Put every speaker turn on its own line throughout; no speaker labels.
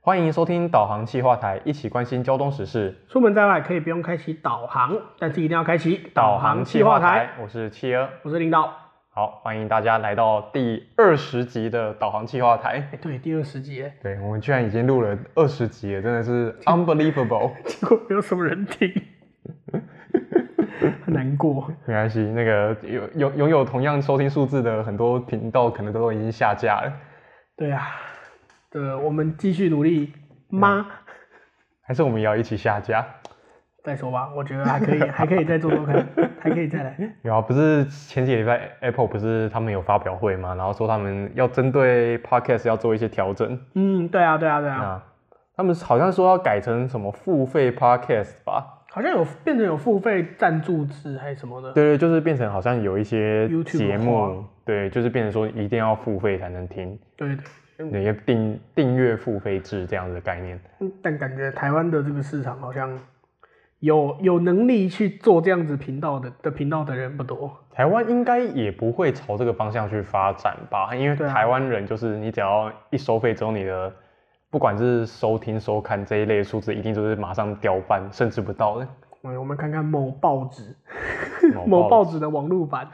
欢迎收听导航气化台，一起关心交通时事。
出门在外可以不用开启导航，但是一定要开启
气
企
化
划。，
我是企鹅。
我是领导。
好，欢迎大家来到第二十集的导航气化台。
哎，对，第二十集耶，
对我们居然已经录了二十集了，真的 是 unbelievable。
结果没有什么人听， 很难过。
没关系，那个有有拥有同样收听数字的很多频道，可能都已经下架了。
对啊，呃，我们继续努力吗？
还是我们也要一起下架？
再说吧，我觉得还 可以，还可以再做做看，还可以再来。
有啊，不是前几个礼拜 Apple 不是他们有发表会嘛，然后说他们要针对 Podcast 要做一些调整。
嗯，对啊，对啊，对啊，
啊，他们好像说要改成什么付费 podcast 吧？
好像有变成有付费赞助制还是什么的。
对对，就是变成好像有一些
YouTube
节
化
目，对，就是变成说一定要付费才能听，
对对，
有一些订订阅付费制这样子的概念。
嗯但感觉台湾的这个市场好像有有能力去做这样子频道的的频道的人不多。
台湾应该也不会朝这个方向去发展吧，因为
对啊
台湾人就是你只要一收费之后，你的不管是收听、收看这一类的数字，一定就是马上掉半，甚至不到 的。
嗯我们看看某报纸，
某
某
报
报纸的网 络版。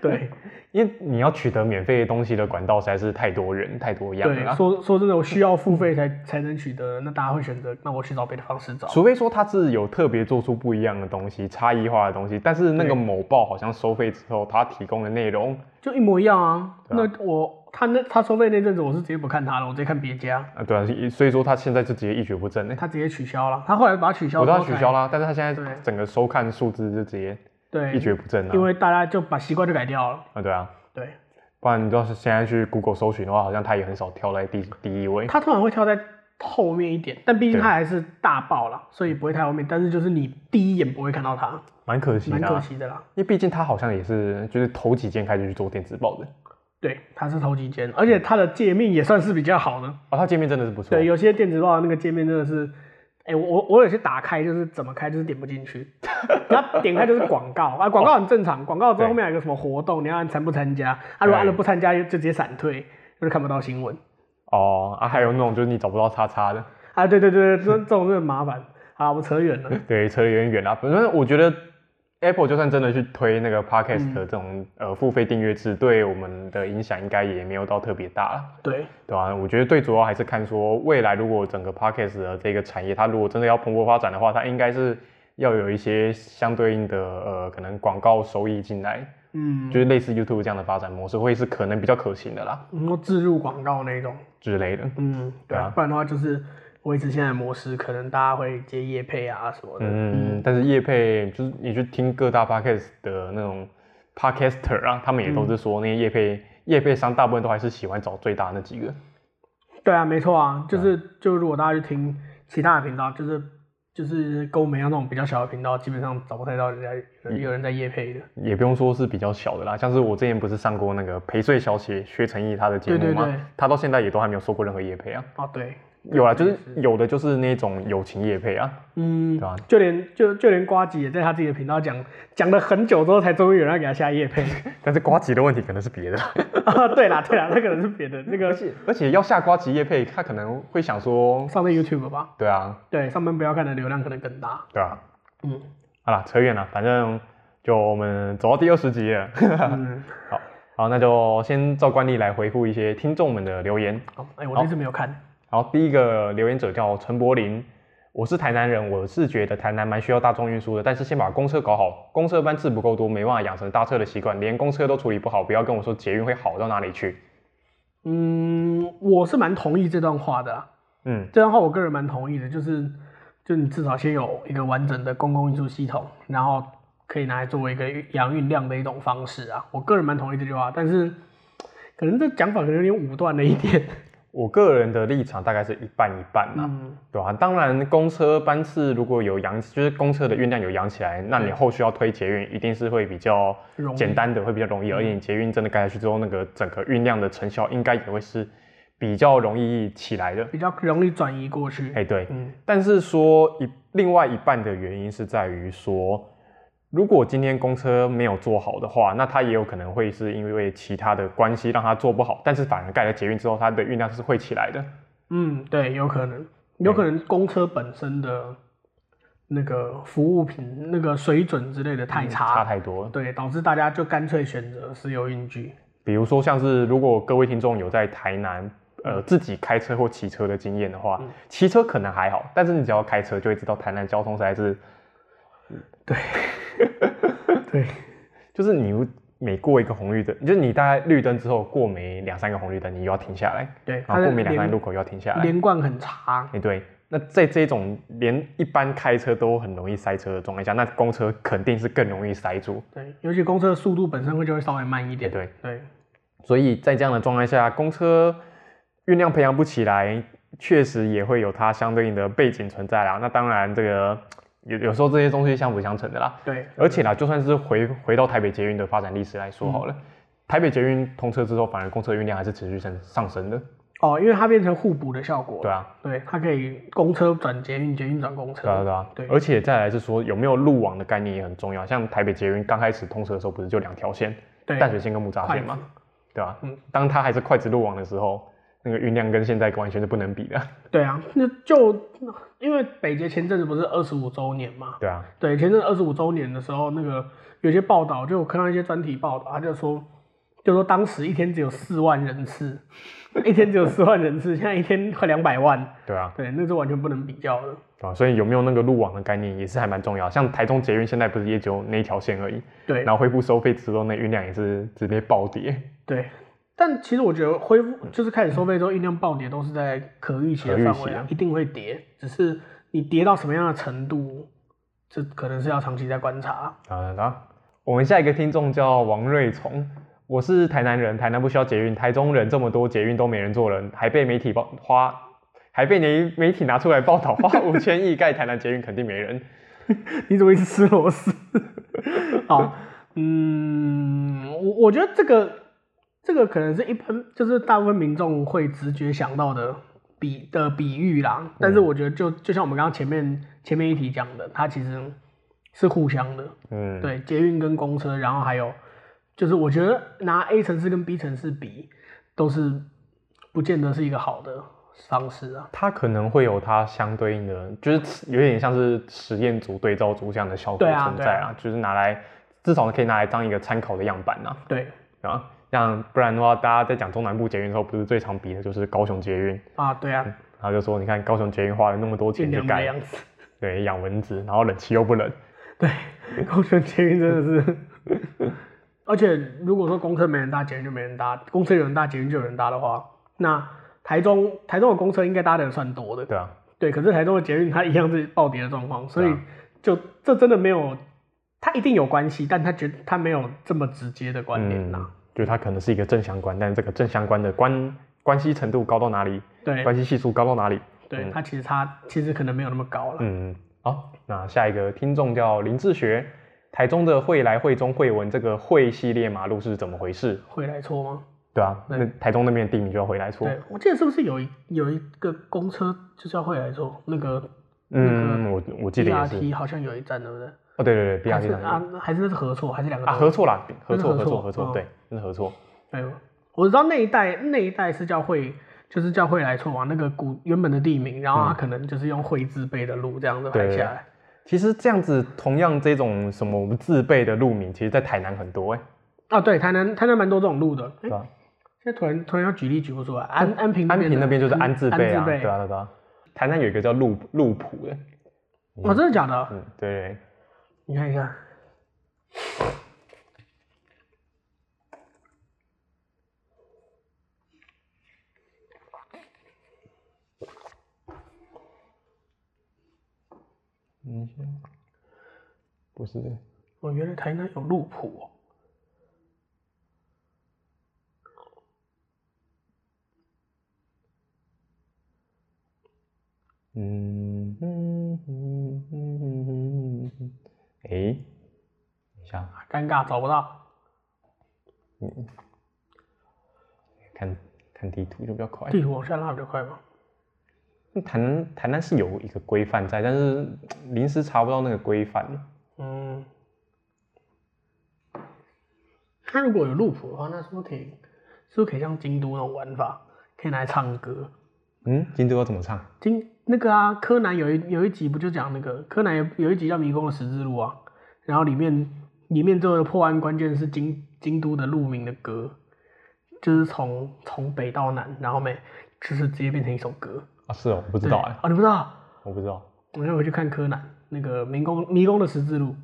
对
因为你要取得免费的东西的管道实在是太多人、太多样啊了
对，
啦。
说说真的，我需要付费才才能取得，那大家会选择，那我去找别的方式找。
除非说它是有特别做出不一样的东西、差异化的东西，但是那个
对
某报好像收费之后，它提供的内容，
就一模一样啊。
对啊
那我他那他收费那阵子，我是直接不看他了，我直接看别家，
啊，对啊，所以说它现在就直接一蹶不 振欸
他直接取消了。他后来把它取消，
我知道它取消。啦，但是它现在
对
整个收看数字就直接一啊
对，
蹶不振了、
因为大家就把习惯就改掉了。
啊，对啊，
对，
不然你要是现在去 Google 搜寻的话，好像它也很少跳在第第一位。
他通常会跳在后面一点，但毕
嗯
竟
对
他还是大爆了，所以不会太后面。但是就是你第一眼不会看到他，
蛮可惜
蛮
的、
可
啊，
惜的啦。
因为毕竟它好像也是就是头几间开始去做电子报的，
对，他是头几间，而
嗯
且它的界面也算是比较好的。
哦，它界面真的是不错，
对，有些电子报的那个界面真的是，哎、我我我有些打开就是怎么开就是点不进去， 它点开就是广告啊，广告很正常，广告之后后面还有一个什么活动，你要按参不参加，啊，如果按了不参加就直接闪退，就是看不到新闻
哦啊，还有那种就是你找不到叉叉的，
啊，对对对，这这种真的很麻烦。好，我们扯远了，
对，扯得有点远啊啦。反正我觉得 Apple 就算真的去推那个 Podcast 的这种、呃付费订阅制，对我们的影响应该也没有到特别大啦，
对
对吧、我觉得最主要还是看说未来如果整个 Podcast 的这个产业，它如果真的要蓬勃发展的话，它应该是要有一些相对应的呃可能广告收益进来，
嗯，
就是类似 YouTube 这样的发展模式，会是可能比较可行的啦
然后置入广告那种，
之类的。
嗯，对
对啊
啊，不然的话就是维持现在的模式，可能大家会接业配啊什么的，
嗯，但是业配就是你去听各大 podcast 的那种 podcaster 啊，他们也都
嗯
是说那些业配、业配商大部分都还是喜欢找最大那几个。
对啊，没错啊，就是、就如果大家去听其他的频道，就是就是跟我们一样那种比较小的频道，基本上找不太到人家有有人在夜配的。
也不用说是比较小的啦，像是我之前不是上过那个陪睡小姐薛成义他的节目吗？
对对对
他到现在也都还没有收过任何业配啊。
哦，对，
有啊，就是有的就是那种友情业配啊，
嗯，
对啊
就连就就连瓜吉也在他自己的频道讲讲了很久之后，才终于有人要给他下夜 配。
但是瓜吉的问题可能是别的，
啊，对啦对啦，那可能是别的那个
而且要下瓜吉业配，他可能会想说，
上面 YouTube 吧，
对啊，
对，上面不要看的流量可能更大。
对啊，
嗯
好啦，扯远了，反正就我们走到第二十集了。
嗯，
好，好，那就先照惯例来回复一些听众们的留言。
好，哎、我这次没有看，
然后第一个留言者叫陈柏林，我是台南人，我是觉得台南蛮需要大众运输的，但是先把公车搞好，公车班次不够多，没办法养成搭车的习惯，连公车都处理不好，不要跟我说捷运会好到哪里去。
嗯，我是蛮同意这段话的啦。
嗯，
这样的话，我个人蛮同意的，就是就你至少先有一个完整的公共运输系统，然后可以拿来作为一个养运量的一种方式啊。我个人蛮同意这句话，但是可能这讲法可能有点武断了一点。
我个人的立场大概是一半一半啦、
嗯，
对啊，当然，公车班次如果有扬，就是公车的运量有扬起来，那你
对
后续要推捷运一定是会比较
容易嗯
简单的，会比较容易。而且你捷运真的盖下去之后，那个整个运量的成效应该也会是比较容易起来的。
比较容易转移过去。
哎，对。
嗯，
但是说一另外一半的原因是在于说，如果今天公车没有做好的话，那它也有可能会是因为其他的关系让它做不好，但是反而盖了捷运之后，它的运量是会起来的。
嗯，对，有可能，有可能公车本身的那个服务品、那个水准之类的太
嗯差
差，
太多了。
对，导致大家就干脆选择石油运具。
比如说像是如果各位听众有在台南呃
嗯
自己开车或骑车的经验的话，骑车可能还好，但是你只要开车就会知道台南交通实在是，
对，对，
就是你每过一个红绿灯，就是你大概绿灯之后过没两三个红绿灯，你又要停下来，
对，
然
它
后
的
啊过没两三个
连
路口又要停下来，
连贯很长，
哎、对，那在这种连一般开车都很容易塞车的状态下，那公车肯定是更容易塞住。
对，尤其公车的速度本身会就会稍微慢一
也
点。
对，
对，
所以在这样的状态下，公车运量培养不起来，确实也会有它相对应的背景存在啦。那当然，这个有有时候这些东西相辅相成的啦。
对，
而且啦，就算是回回到台北捷运的发展历史来说好了，台北捷运通车之后，反而公车运量还是持续上上升的。
哦，因为它变成互补的效果。
对啊，
对，它可以公车转捷运，捷运转公车。
对啊，对啊，
对
而且再来是说，有没有路网的概念也很重要。像台北捷运刚开始通车的时候，不是就两条线，
对
淡水线跟木栅
筷
线
子
嘛，对吧、
嗯
当它还是筷子路网的时候，那个运量跟现在完全是不能比的。
对啊，那就因为北捷前阵子不是二十五周年嘛？
对啊，
对，前阵子二十五周年的时候，那个有些报道，就我看到一些专题报道，他就说，就说当时一天只有四万人次， 一天只有四万人次，现在一天快两百万，
对啊，
对，那是完全不能比较的。
对啊。所以有没有那个路网的概念也是还蛮重要。像台中捷运现在不是也只有那一条线而已，
对
然后恢复收费之后，那运量也是直接暴跌。
对，但其实我觉得恢复就是开始收费之后，运量暴跌都是在可预期
嗯
的
可预
范围
期
啊
啊，
一定会跌，只是你跌到什么样的程度，这可能是要长期在观察。
啊，然后我们下一个听众叫王瑞从，我是台南人，台南不需要捷运，台中人这么多，捷运都没人坐人，还被媒体报花，还被媒媒体拿出来报道，花五千亿 盖台南捷运肯定没人。
你怎么一直吃螺丝？ 好，嗯，我我觉得这个这个可能是一般就是大部分民众会直觉想到的比的比喻
嗯
啦，但是我觉得就就像我们刚刚前面前面一题讲的，它其实是互相的，
嗯，，
对，捷运跟公车，然后还有就是我觉得拿 A 城市跟 B 城市比，都是不见得是一个好的方式啊。
它可能会有它相对应的，就是有点像是实验组对照组这样的效果
对啊
存
对
在
啊
就是拿来至少可以拿来当一个参考的样板呐、
对
啊，啊，让不然的话，大家在讲中南部捷运的时候，不是最常比的就是高雄捷运。
啊，对啊，
然后就说，你看高雄捷运花了那么多
尽
钱去
量
盖
的，样子。
对，养蚊子，然后冷气又不冷，
对，公车捷运真的是，而且如果说公车没人搭，捷运就没人搭；公车有人搭，捷运就有人搭的话，那台中台中的公车应该搭的人算多的。
对啊，
对，可是台中的捷运它一样是暴跌的状况，所
对
以
啊
就这真的没有，它一定有关系，但它觉它没有这么直接的关联呐、
嗯，就它可能是一个正相关，但是这个正相关的关关系程度高到哪里，嗯
对
关系系数高到哪里，
对，它其实它其实可能没有那么高了。
嗯，好，那下一个听众叫林志学，台中的惠来、惠中、惠文这个惠系列马路是怎么回事？
会来错吗？
对啊，那
对
台中那边的地名就要回来说，
对，我记得是不是有一有一个公车就是要会来错，那个
嗯，我我记得也是，
BRT 好像有一站，对不对？
哦，对对对，B
还
R T
是
上面
啊，还是那是合错，还是两个
啊，
都
合错啦，合错，合
那是合
错，
错
合错，
嗯
对，那是合错，
对，我知道那一代那一代是叫会，就是叫会来错往那个古原本的地名，然后它可能就是用会字辈的路这样子排
嗯对
下来。
其实这样子，同样这种什么我们自备的路名，其实在台南很多哎、
啊，对，台南台南蛮多这种路的。哎
对、吧？
现在突然突然要举例举不出来，安安平
安平那边就是安字辈啊，
安字
对
辈。
啊对啊对啊。台南有一个叫路路普的，
哦，真的假的？
嗯，对，
你看一下，
嗯，不是这个，
我哦原来台南有路谱、哦。
嗯嗯嗯嗯嗯嗯，哎、等一下，
啊尴尬，找不到。
看看地图就比较快。
地图往下拉比较快嘛。
台南台南是有一个规范在，但是临时查不到那个规范。
嗯，它如果有路谱的话，那是不是可以，是不是可以像京都那种玩法，可以拿来唱歌？
嗯，金猪要怎么唱？
听那个啊，柯南有一有一集不就讲那个柯南有有一集叫《迷宫的十字路》啊，然后里面里面最后的破案关键是京京都的路名的歌，就是从从北到南，然后每就是直接变成一首歌。
啊，是哦，我不知道
对
哎、
哦，你不知道？
我不知道。
我要回去看柯南那个迷宫迷宫的十字路。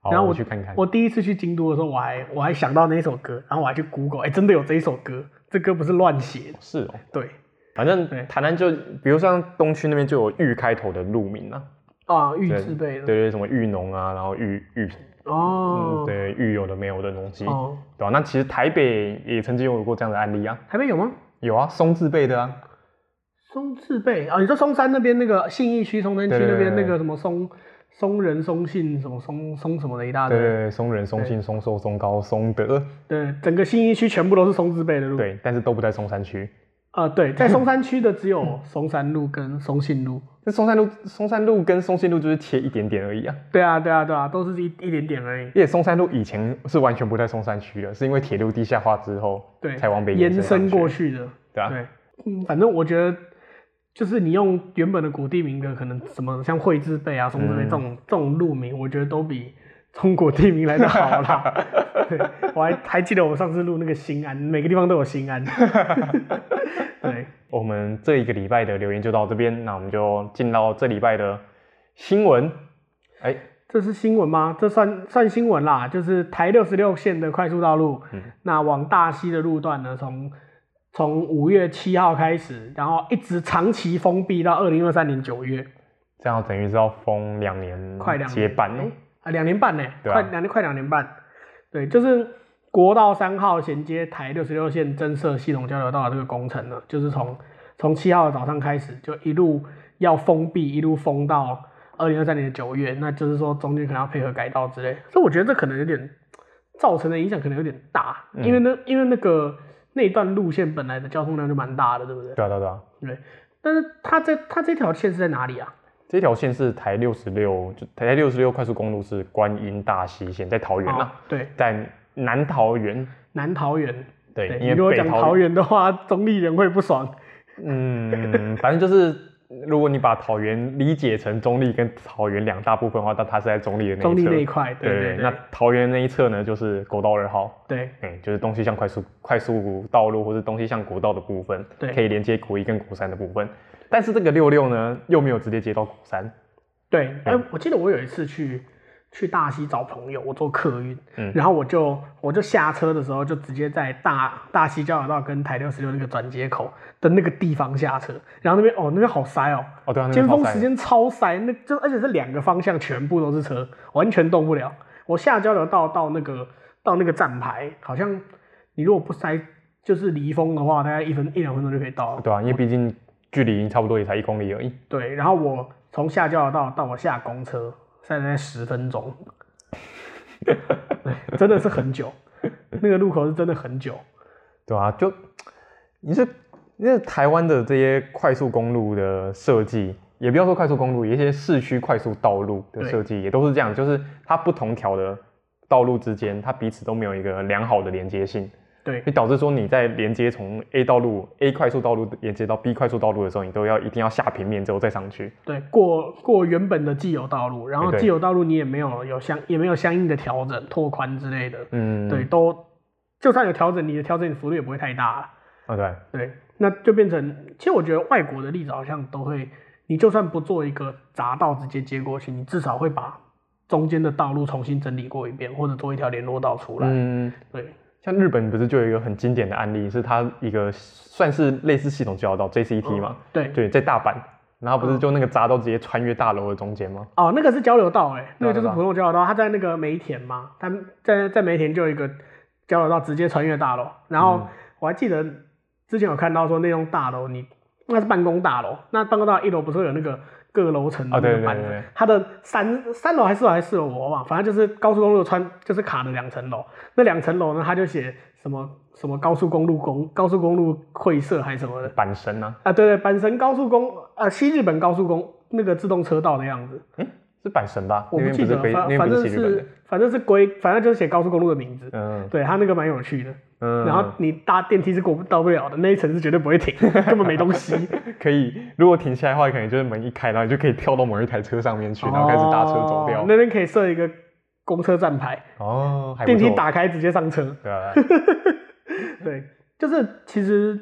好，
然后
我
我
去看看。
我第一次去京都的时候，我还我还想到那首歌，然后我还去 Google，哎、真的有这一首歌，这歌不是乱写的。
是哦，
对
反正
对
台南就，比如像东区那边就有玉开头的路名啊，
啊，玉
对
字辈
对
的。
对，什么玉农啊，然后玉玉，
哦
嗯，、对，玉有的没有的东西，
哦，
对吧、啊那其实台北也曾经有过这样的案例啊，
台北有吗？
有啊，松字辈的啊，
松字辈啊，你说松山那边那个信义区、松山区
对对
那边
对
那个什么松松仁、松信什么松松什么的一大
对对
堆，
对，松仁、松信、松寿、松高、松德，
对，整个信义区全部都是松字辈的路。，
对，但是都不在松山区。
啊、对，在松山区的只有松山路跟松信路。
那松山路、松山路跟松信路就是切一点点而已啊。
对啊，对啊，对啊，都是一一点点而已。
而且松山路以前是完全不在松山区的，是因为铁路地下化之后，
对，
才往北
延
伸
伸
上
过
去，
去的。
对啊，
对，嗯，反正我觉得就是你用原本的古地名的，可能什么像惠字辈啊、松字辈
嗯
这种、这种路名，我觉得都比中国地名来的好 啦。对，我还还记得我上次录那个新安，每个地方都有 新安。对，
我们这一个礼拜的留言就到这边，那我们就进到这礼拜的新闻。哎，
这是新闻吗？这算算新闻啦，就是台六十六线的快速道路，
嗯
那往大溪的路段呢，从从五月七号开始，然后一直长期封闭到二零二三年九月。
这样等于是要封两年，
快两年
接班哦
哎。啊，两年半呢、
对啊
快两年快两年半，对，就是国道三号衔接台六十六线增设系统交流道的这个工程呢，就是从从七号的早上开始，就一路要封闭，一路封到二零二三年的九月，那就是说中间可能要配合改道之类，所以我觉得这可能有点造成的影响可能有点大，
嗯
因为那因为那个那一段路线本来的交通量就蛮大的，对不对？
对啊对啊对啊，
对，但是它这它这条线是在哪里啊？
这条线是台六十六，就台六十六快速公路是观音大溪线，在桃园
哦
啊，，
对，
在南桃园。
南桃园。
对，
对，
因
你
为
如果
北
讲桃园的话， 中立人会不爽。
嗯，反正就是，如果你把桃园理解成中立跟桃园两大部分的话，那它是在中立的那一侧。
中立那一块，
对
对对
那
对
桃园那一侧呢，就是国道二号，
对
哎、就是东西向快速快速道路或是东西向国道的部分，
对
可以连接国一跟国三的部分。但是这个六六呢，又没有直接接到国三，
对。哎、
嗯
我记得我有一次去去大溪找朋友，我坐客运，
嗯
然后我就我就下车的时候就直接在大大溪交流道跟台六十六那个转接口的那个地方下车，然后那边哦那边好塞哦，
哦，对啊，那
尖
边
峰
超塞
时间超塞，那就而且是两个方向全部都是车，完全动不了。我下交流道到那个到那个站牌，好像你如果不塞，就是离峰的话，大概一分一两分钟就可以到了。
对啊，因为毕竟距离差不多也才一公里而已，
对，然后我从下交流道到我下公车，塞了大概十分钟，对真的是很久。那个路口是真的很久，
对啊，就你是那台湾的这些快速公路的设计，也不要说快速公路，有一些市区快速道路的
对
设计也都是这样，就是它不同条的道路之间，它彼此都没有一个良好的连接性，
对
会导致说你在连接从 A 道路 A 快速道路连接到 B 快速道路的时候，你都要一定要下平面之后再上去。
对，过过原本的既有道路，然后
哎对
既有道路你也没有有相也没有相应的调整、拓宽之类的，
嗯，
对，都就算有调整，你的调整幅度也不会太大，
啊对，
对，那就变成，其实我觉得外国的例子好像都会，你就算不做一个匝道直接接过去，你至少会把中间的道路重新整理过一遍，或者做一条联络道出来，
嗯。
对，
像日本不是就有一个很经典的案例，是它一个算是类似系统交流道
嗯
JCT E 嘛，
对，
对，在大阪，然后不是
嗯
就那个匝道直接穿越大楼的中间吗？
哦，那个是交流道、欸，哎，那个就是
对啊
普通的交流道，它在那个梅田嘛，它在在梅田就有一个交流道直接穿越大楼，然后
嗯
我还记得之前有看到说那栋大楼你那是办公大楼，那办公大楼一楼不是会有那个各楼层的
哦对
那
对
个板子，
对对
它的三三楼还是四楼还是四楼我忘了，反正就是高速公路穿就是卡了两层楼，那两层楼呢它就写什么什么高速公路公高速公路会社还是什么的
阪神啊，
啊，对对，阪神高速公呃西日本高速公那个自动车道的样子。
是阪神吧？
我
那边
不记
是
得
归
了，
那边
反反
不
正
是西日
是反正是归，反正就是写高速公路的名字。
本的，嗯
对他那个蛮有趣的，
嗯，
然后你搭电梯是过不到不了的，那一层是绝对不会 停，根本没东西。
可以，如果停下来的话，可能就是门一开，然后你就可以跳到某一台车上面去，然后开始搭车走掉
哦。那边可以设一个公车站牌，
哦，还不
电梯
错，
打开直接上车。
对啊，
对，就是其实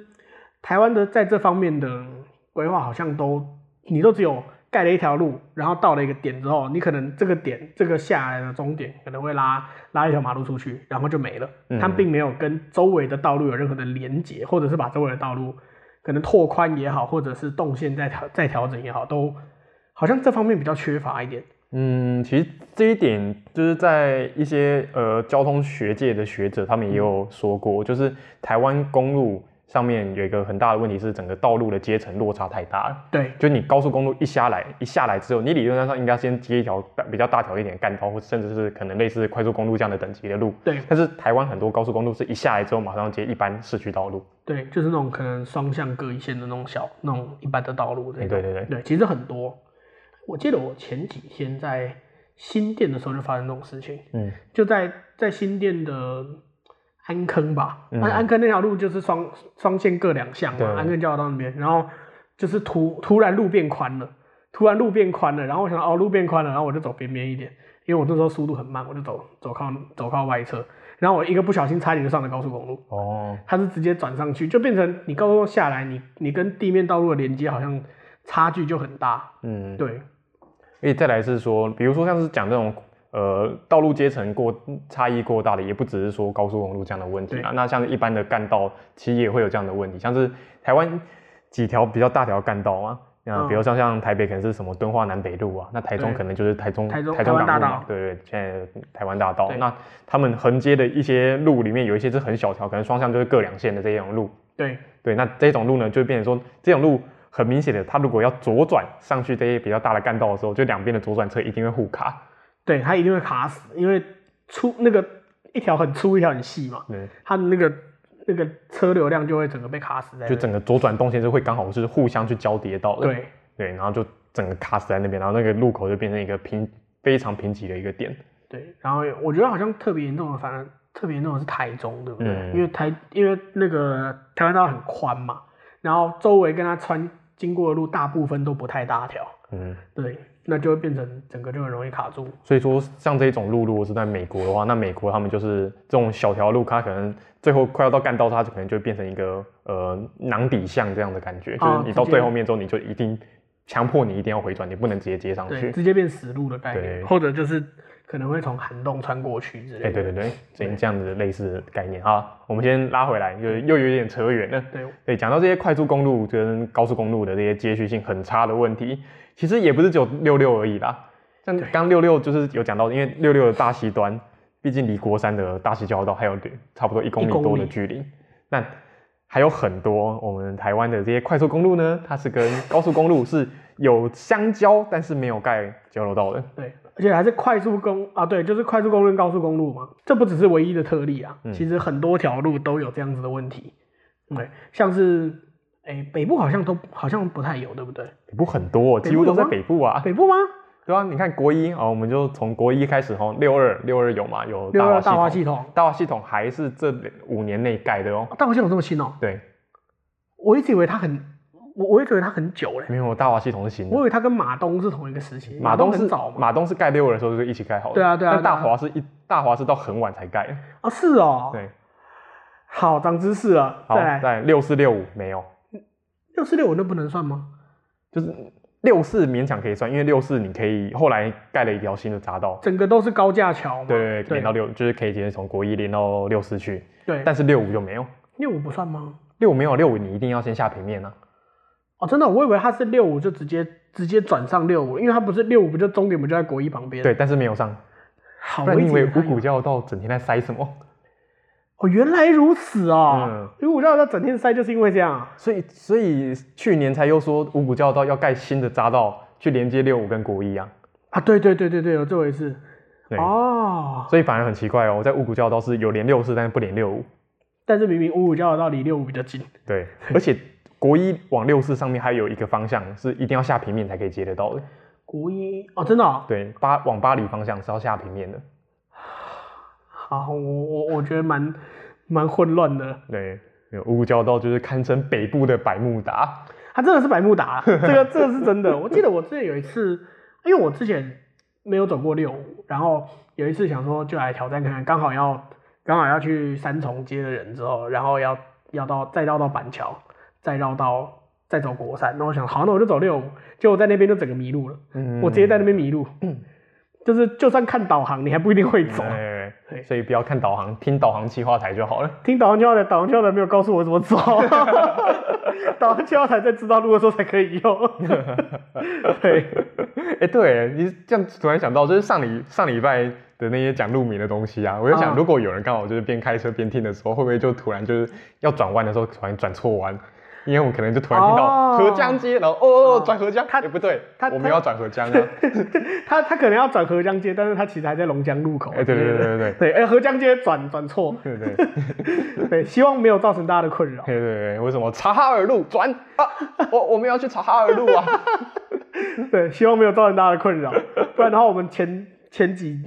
台湾的在这方面的规划好像都，你都只有盖了一条路，然后到了一个点之后，你可能这个点这个下来的终点可能会拉拉一条马路出去，然后就没了。
嗯
它并没有跟周围的道路有任何的连接，或者是把周围的道路可能拓宽也好，或者是动线再调再调整也好，都好像这方面比较缺乏一点。
嗯，其实这一点就是在一些呃交通学界的学者，他们也有说过，就是台湾公路上面有一个很大的问题是，整个道路的阶层落差太大了。
对，
就你高速公路一下来，一下来之后，你理论上应该先接一条大比较大条一点的干道，或甚至是可能类似快速公路这样的等级的路。
对
但是台湾很多高速公路是一下来之后马上接一般市区道路。
对，就是那种可能双向各一线的那种小那种一般的道路这
哎对
种。
对对对，
对，其实很多。我记得我前几天在新店的时候就发生这种事情，
嗯
就在在新店的安坑吧，
嗯
安安坑那条路就是双双线各两项
对
嘛，安坑交流道那边，然后就是突突然路变宽了，突然路变宽了，然后我想哦路变宽了，然后我就走边边一点，因为我那时候速度很慢，我就走走靠走靠外侧，然后我一个不小心差点就上了高速公路，
哦，
它是直接转上去，就变成你高速公路下来，你你跟地面道路的连接好像差距就很大。
嗯，
对，
而且再来是说，比如说像是讲这种呃道路阶层过差异过大的，也不只是说高速公路这样的问题啊。那像一般的干道，其实也会有这样的问题，像是台湾几条比较大条干道啊。那
嗯
比如像像台北可能是什么敦化南北路啊，那台中
对
可能就是台中
台中
中
台湾
港路
大
嘛
道
对对，现在的台湾大道
对。
那他们横接的一些路里面有一些是很小条，可能双向就是各两线的这种路，
对，
对，那这种路呢，就会变成说，这种路很明显的，它如果要左转上去这些比较大的干道的时候，就两边的左转车一定会互卡。
对，它一定会卡死，因为粗那个一条很粗，一条很细嘛，
对，
它的那个那个车流量就会整个被卡死在那
就
里。
整个左转动线是会刚好是互相去交叠到的。
对
对，然后就整个卡死在那边，然后那个路口就变成一个贫非常贫瘠的一个点。
对，然后我觉得好像特别严重的，反而特别严重的是台中，对不对？
嗯
因为台因为那个台湾道很宽嘛，然后周围跟它穿经过的路大部分都不太大条，
嗯，
对，那就会变成整个就很容易卡住。
所以说像这种路如果是在美国的话，那美国他们就是这种小条路，它可能最后快要到干道，它就可能就变成一个呃囊底巷这样的感觉，就
哦
是你到
直接
最后面之后，你就一定强迫你一定要回转，你不能直接接上去
对，。直接变死路的概念，
对
或者就是可能会从涵洞穿过去之类的。
哎、对对对，这这样子类似的概念啊，我们先拉回来，就是又有点扯远了。
对
对，讲到这些快速公路跟高速公路的这些接续性很差的问题，其实也不是只有六六而已啦。像
对
刚六六就是有讲到，因为六六的大西端，毕竟离国山的大西交流道还有差不多一公里
一公
多的
里
距离，那还有很多我们台湾的这些快速公路呢，它是跟高速公路是有相交，但是没有盖交流道的。
对，而且还是快速公啊，对，就是快速公路跟高速公路嘛，这不只是唯一的特例啊，
嗯
其实很多条路都有这样子的问题。对，像是哎、北部好像都好像不太有，对不对？
北部很多、哦，几乎都在北部啊。
北部吗？
对啊，你看国一啊、哦我们就从国一开始哦，六二六二有嘛，有
六二
大
大
华
华
系
系
统，
统，
大华系统还是这五年内盖的哦。
大华系统这么新哦、
对，
我一直以为它很，我我一直以为它很久嘞、
没有大华系统是新
我
的，
以为它跟马东是同一个时期，
嗯马
东
东是
很早嘛，
马东是盖六二的时候就一起盖好的。
对啊对啊
但
对啊
大华是一大华是到很晚才盖。
啊是哦、
对，
好长知识了，
好，
再来
在六四六五没有，
六四六我那不能算吗？
就是六四勉强可以算，因为六四你可以后来盖了一条新的匝道。
整个都是高架桥嘛，
对对对，
对
连到六就是可以直接从国一连到六四去，
对，
但是六五就没有，
六五不算吗？
六五没有六五你一定要先下平面啊。
哦，真的，我以为他是六五就直接直接转上六五，因为他不是六五不就终点不就在国一旁边？，
对，但是没有上，
好，
不然
我
你
一
以
直
为
他
五
有
股交流道整天在塞什么？
哦，原来如此哦，
嗯，
因为我知道他整天塞就是因为这样啊，
所以所以去年才又说五股交流道要盖新的匝道去连接六五跟国一啊，
啊，对对对对对，有这回事，
对
哦，
所以反而很奇怪哦，在五股交流道是有连六四，但是不连六五，
但是明明五五交流道离六五比较近，
对， 而且国一往六四上面还有一个方向是一定要下平面才可以接得到的，
国一哦，真的、哦。
对，巴往巴黎方向是要下平面的。
好，我我我觉得蛮蛮混乱的。
对，有五股交流道就是堪称北部的百慕达。
他真的是百慕达，啊这个这个是真的。我记得我之前有一次，因为我之前没有走过六五，然后有一次想说就来挑战看看，刚好要刚好要去三重街的人之后，然后要要到再绕到板桥，再绕到再走国三，那我想好，那我就走六五，结果在那边就整个迷路了，
嗯
我直接在那边迷路，就是就算看导航，你还不一定会走。
对
对
所以不要看导航，听导航计划台就好了。
听导航教的，导航教的没有告诉我怎么 走，导航教才在知道路的时候才可以 用。对，
哎、对你这样突然想到，就是上礼上礼拜的那些讲路名的东西啊，我就想，
嗯
如果有人刚好就是边开车边听的时候，会不会就突然就是要转弯的时候突然转错弯？因为我可能就突然听
哦
到河江街，然后哦
哦
哦转河江，
他
也不对
他，
我
他
们要转河江啊。
他他可能要转河江街，但是他其实还在龙江路口。
哎、对对对对对
对，哎、河江街转转错，
对对对
对，希望没有造成大家 的困扰。
对对，为什么查哈尔路转啊？我我们要去查哈尔路啊！
对，希望没有造成大家的困扰，不然的话，我们前前几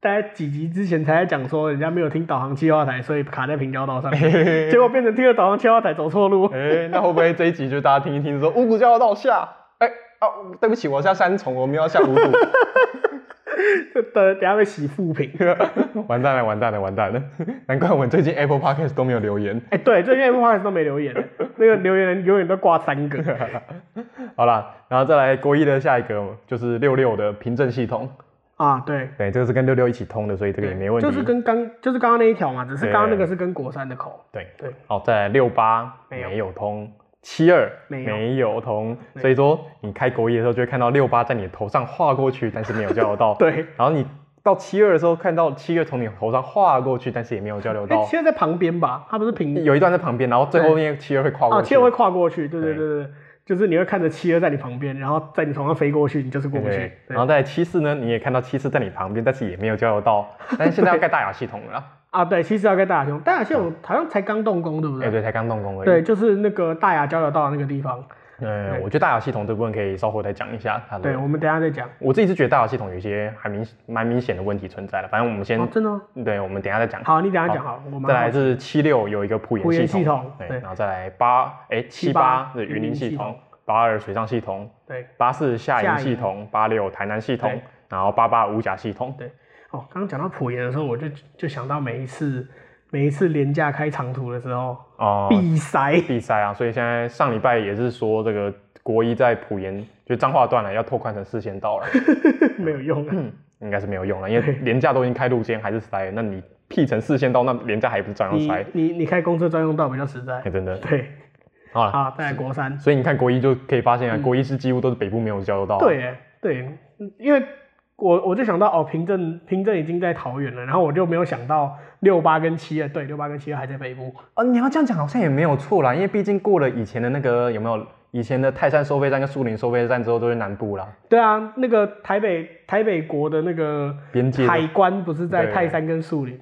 大概几集之前才在讲说，人家没有听导航计划台，所以卡在平交道上面， 结果变成听了导航计划台走错路。
哎、那会不会这一集就大家听一听说五股交流道下？哎、啊，对不起，我要下三重，我们要下五股。
等等下被洗负评。
完蛋了，完蛋了，完蛋了！ 难怪我们最近 Apple Podcast 都没有留言。
哎、对，最近 Apple Podcast 都没留言，那个留言人永远都挂三个。
好啦，然后再来国一的下一个就是六六的凭证系统，
啊，对，
对，这个是跟六六一起通的，所以这个也没问题。
就是跟刚就是刚刚那一条嘛，只是刚刚那个
对
是跟国三的口。
对
对，
好，再来六八
没有
没有通，七二
没有
有通，所以说你开国一的时候就会看到六八在你的头上划过去，但是没有交流到。，
对，
然后你到七二的时候看到七二从你头上划过去，但是也没有交流
哎、
到。
七二在旁边吧，它不是平
有一段在旁边，然后最后面七二会跨过
啊，
去。
七二会跨过去，对对对对，对就是你会看着七二在你旁边，然后在你头上飞过去，你就是过不去。
对，
对
然后在七四呢，你也看到七四在你旁边，但是也没有交流 到。但是现在要盖大雅系统了啦，
啊，对，其实要跟大雅兄，大雅兄好像才刚动工，对不
嗯哎、
对？
对，才刚动工而已。
对，就是那个大雅交流道那个地方。
嗯，
对
我觉得大雅系统这部分可以稍后再讲一下它的。
对，我们等一下再讲。
我自己是觉得大雅系统有一些还明蛮明显的问题存在了，反正我们先，
哦，真的吗？
对，我们等一下再讲。
好，你等一下讲好了，我们
再来是七六有一个浦
浦
沿
沿
系
系统
对，
对
然后再来八哎七
78
八的云林系
云林系
统，八二水上系统，
对
八四下
下
营
营
系统，八六台南系统
对，
然后八八五甲系统。
哦，刚刚讲到普盐的时候，我就就想到每一次每一次廉价开长途的时候，
哦、
必塞。
比赛啊，所以现在上礼拜也是说这个国一在浦沿就彰化段了，要拓宽成四线道 了，
没有用啊。
应该是没有用了，因为廉价都已经开路肩还是塞了，那你辟成四线道，那廉价还不是照样
你
塞？
你你开公车专用道比较实在
哎、。真的，
对，
好了，
啊，再来国三。
所以你看国一就可以发现啊，国一是几乎都是北部没有交流道、，啊
对耶对，嗯因为我我就想到哦，平镇平镇已经在桃园了，然后我就没有想到六八跟七二，对，六八跟七二还在北部。
啊，你要这样讲好像也没有错啦，因为毕竟过了以前的那个有没有以前的泰山收费站跟树林收费站之后，都是南 部啦，
对啊，那个台北台北国的那个
边界的
海关不是在
对
泰山跟树林？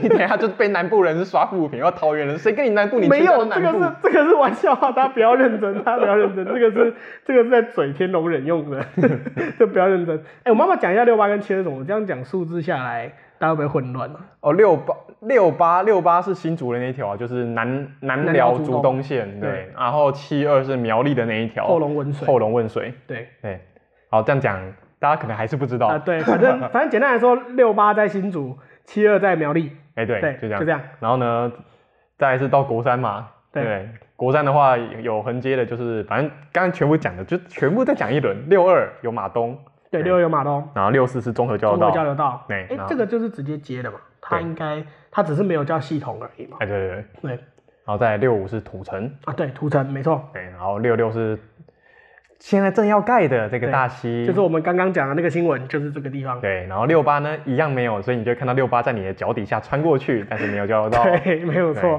你等一啊下就被南部人是刷负评，要桃园人，谁跟你南部？你
没
全家都
有，
南
这
部啊
个是这个是玩笑话，大家不要认真，大家不要认真，这个是这个是在嘴天龙人用的， 就不要认真。哎、我妈妈讲一下六八跟七二怎么这样讲数字下来，大家会不会混乱？啊
哦，六八六八六八是新竹的那一条啊，就是南南寮
南寮竹
竹东线对
对，
然后七二是苗栗的那一条
后龙文
哦
水，
后龙汶水
对
对，好这样讲大家可能还是不知道，
啊、
哎、
对，反正反正简单来说，六八在新竹，七二在苗栗，
哎对，
对，
就这样
就这样，
然后呢，再来是到国三嘛，
对
国三的话有横接的，就是反正刚刚全部讲的，就全部再讲一轮，六二有马东，
对，
对
六二有马东，
然后六四是综合交
中
流
国
道，
交流道，
对
哎、
然后
这个就是直接接的嘛，它
对
应该它只是没有叫系统而已嘛，
哎对对对，然
对
后再来六五是土城，
啊，对，土城没错，
对，然后六六是现在正要盖的这个
对
大溪，
就是我们刚刚讲的那个新闻，就是这个地 方，
嗯对，然后六八呢一样没有，所以你就会看到六八在你的脚底下穿过去，但是没有交流到。
对，没有错，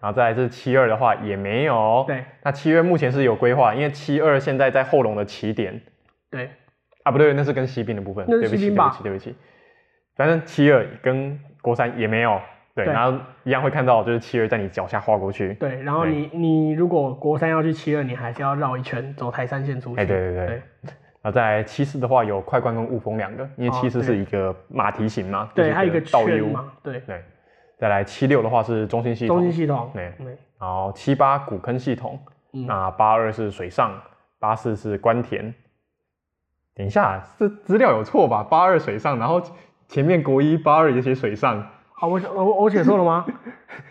然后再来是七二的话也没有。
对，
那七二目前是有规划，因为七二现在在后龙的起点
对，
啊，不对，那是跟西滨的部分，
那是
对不
西
起，
滨
对不
吧
起，对不起。反正七二跟国三也没有，对，
对
然后一样会看到就是七二在你脚下划过去。
对，然后
对
你你如果国三要去七二，你还是要绕一圈走台山线出去。
哎，对对对。然后在七四的话有快冠跟雾峰两个，因为
哦
七四是一个马蹄形嘛，
对，
就是
还有一个
倒 U
圈。嘛，对，
对，再来七六的话是中心系
中
统
心，系统，嗯
对
对，
然后七八古坑系统，
嗯
那八二是水上，八四是关田。等一下，这资料有错吧？八二水上，然后前面国一八二也写水上，
好，我我我写错 了吗？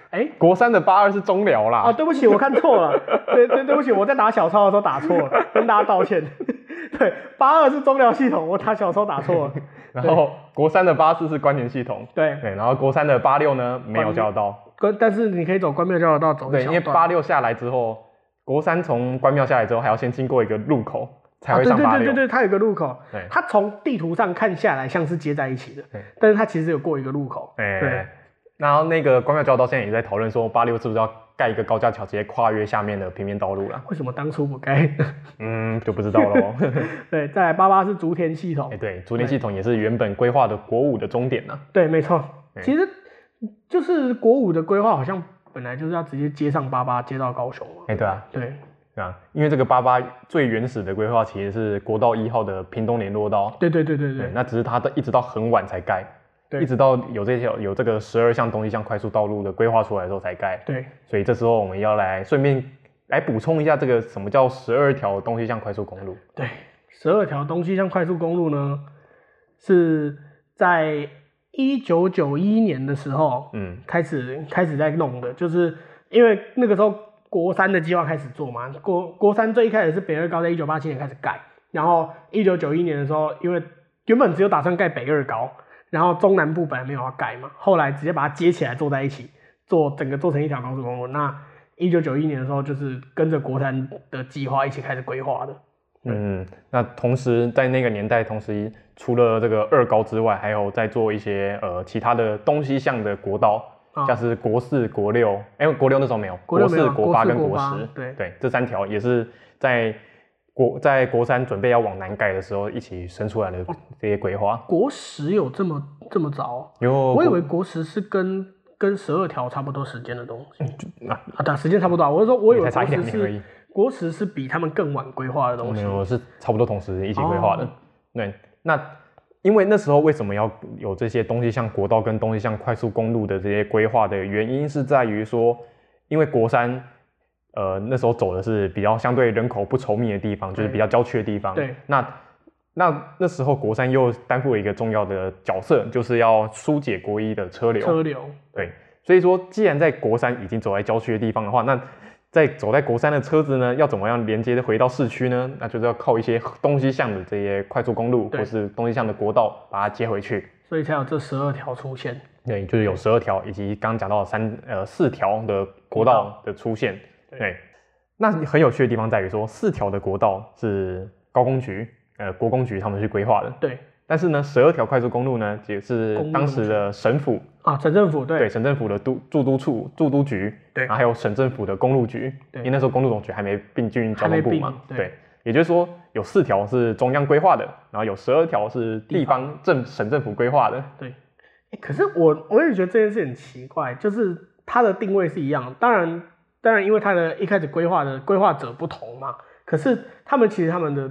哎，
国三的八二是中寮啦。
啊，对不起，我看错了，对对对不起，我在打小抄的时候打错了，跟大家道歉。 对，八二是中疗系统，我打小抄打错了。
然后国三的八四是关田系统，
对，
对，然后国三的八六呢没有交到，
关但是你可以走关庙交流道走一
对，
小
因为
段
八六下来之后，国三从关庙下来之后，还要先经过一个路口才会上
啊、
八
对对对
六、
对对，它有个路口
对，
它从地图上看下来像是接在一起的
对，
但是它其实有过一个路口。
哎
对
然后那个关庙交流道现在也在讨论说，八六是不是要盖一个高架桥，直接跨越下面的平面道路啦？
为什么当初不该？
嗯，就不知道 喽。
对，再来八八是竹田系统
哎，，对，竹林系统也是原本规划的国五的终点呐、
对，没错，
对
其实就是国五的规划好像本来就是要直接接上八八接到高雄嘛。
哎，对啊，
对，
对啊，因为这个八八最原始的规划其实是国道一号的屏东联络道，
对对对对
对，
对，
那只是它的一直到很晚才盖，
对
一直到有这条有这个十二项东西向快速道路的规划出来的时候才盖，
对，
所以这时候我们要来顺便来补充一下这个什么叫十二条东西向快速公路，
对，十二条东西向快速公路呢，是在一九九一年的时候
嗯，
开始开始在弄的，就是因为那个时候国三的计划开始做嘛，国国三最一开始是北二高在一九八七年开始盖，然后一九九一年的时候，因为原本只有打算盖北二高，然后中南部本来没有要盖嘛，后来直接把它接起来做在一起，做整个做成一条高速公路。那一九九一年的时候，就是跟着国三的计划一起开始规划的。
嗯，那同时在那个年代，同时除了这个二高之外，还有在做一些呃其他的东西向的国道，
啊
像是国四、国六，哎、国六那时候没有，
国六没有
四、
啊
国
国
八
四
跟
国
国
八
十，
对
对，这三条也是在国在国三准备要往南盖的时候一起生出来的
哦
这些规划。
国十有这么这么早？
有，
我以为国十是跟跟十二条差不多时间的东西
啊
啊，对啊，时间差不多啊。我是说，我以
也
为
才差
国
一两
十
年而已嗯哦
是国十是比他们更晚规划的东
没
西。
有，是差不多同时一起规划的。
哦
对，那因为那时候为什么要有这些东西向国道跟东西向快速公路的这些规划的原因，是在于说，因为国三，呃，那时候走的是比较相对人口不稠密的地方，就是
对
比较郊区的地方。
对，
那。那那时候国三又担负了一个重要的角色，就是要疏解国一的车流。
车流，
对，哦所以说，既然在国三已经走在郊区的地方的话，那在走在国三的车子呢，要怎么样连接的回到市区呢？那就是要靠一些东西向的这些快速公路
对
或是东西向的国道把它接回去。
所以才有这十二条出现。
对，就是有十二条以及刚刚讲到的三呃四条的国道的出现。
对
对，那很有趣的地方在于说，四条的国道是高工局呃国工局他们去规划的，
对
但是呢，十二条快速公路呢，也是
公路
当时的省府
啊，省政府
对，
对
省政府的都驻都处、驻都局，
对
然后还有省政府的公路局，
对
因为那时候公路总局还没并进交
还
通
没
部
并
嘛，
对
也就是说有四条是中央规划的，然后有十二条是地方政省政府规划的，
对、诶可是我我也觉得这件事很奇怪，就是它的定位是一样，当然当然因为它的一开始规划的规划者不同嘛，可是他们其实他们的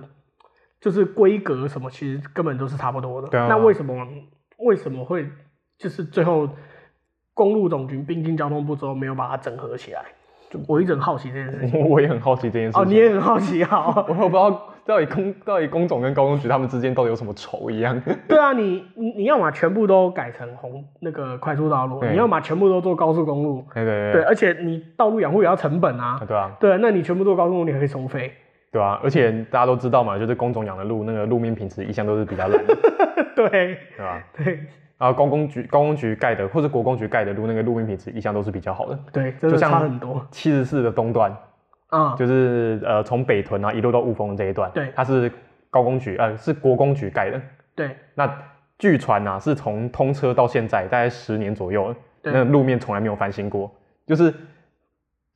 就是规格什么，其实根本都是差不多的。
对啊
那为什么为什么会就是最后公路总局并进交通部之后没有把它整合起来？我一直很好奇这件 事情。
我也很好奇这件事情。
哦，你也很好奇，哦 好。
我都不知道到底工到底工总跟高工局他们之间到底有什么仇一样。
对啊，你你你要么全部都改成红那个快速道路，
对
你要么全部都做高速公路，
对对
对，而且你道路养护也要成本啊
啊，对啊，
对啊，那你全部做高速公路，你还可以收费，
对啊，而且大家都知道嘛，就是工总养的路，那个路面品质一向都是比较烂的，
对
对吧？
对
然后高工局高工局盖的或者国工局盖的路，那个路面品质一向都是比较好的。
对，真的
像
差很多
七十四的东段，
啊，
就是呃从北屯啊一路到雾峰这一段，
对
它是高工局呃是国工局盖的。
对
那据传啊是从通车到现在大概十年左右了，
对
那路面从来没有翻新过，就是